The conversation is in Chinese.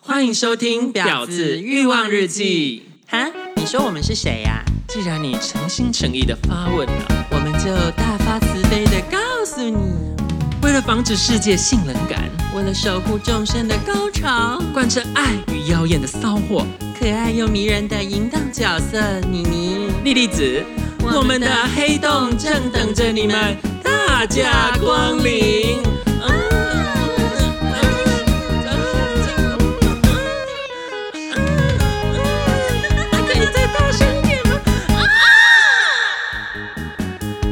欢迎收听《婊子欲望日记》。哈，你说我们是谁啊呀、既然你诚心诚意的发问了、我们就大发慈悲的告诉你，为了防止世界性冷感，为了守护众生的高潮，贯彻爱与妖艳的骚货，可爱又迷人的淫荡角色妮妮，莉莉子，我我们们的的黑黑洞洞正等正等着着你你们们大驾光临。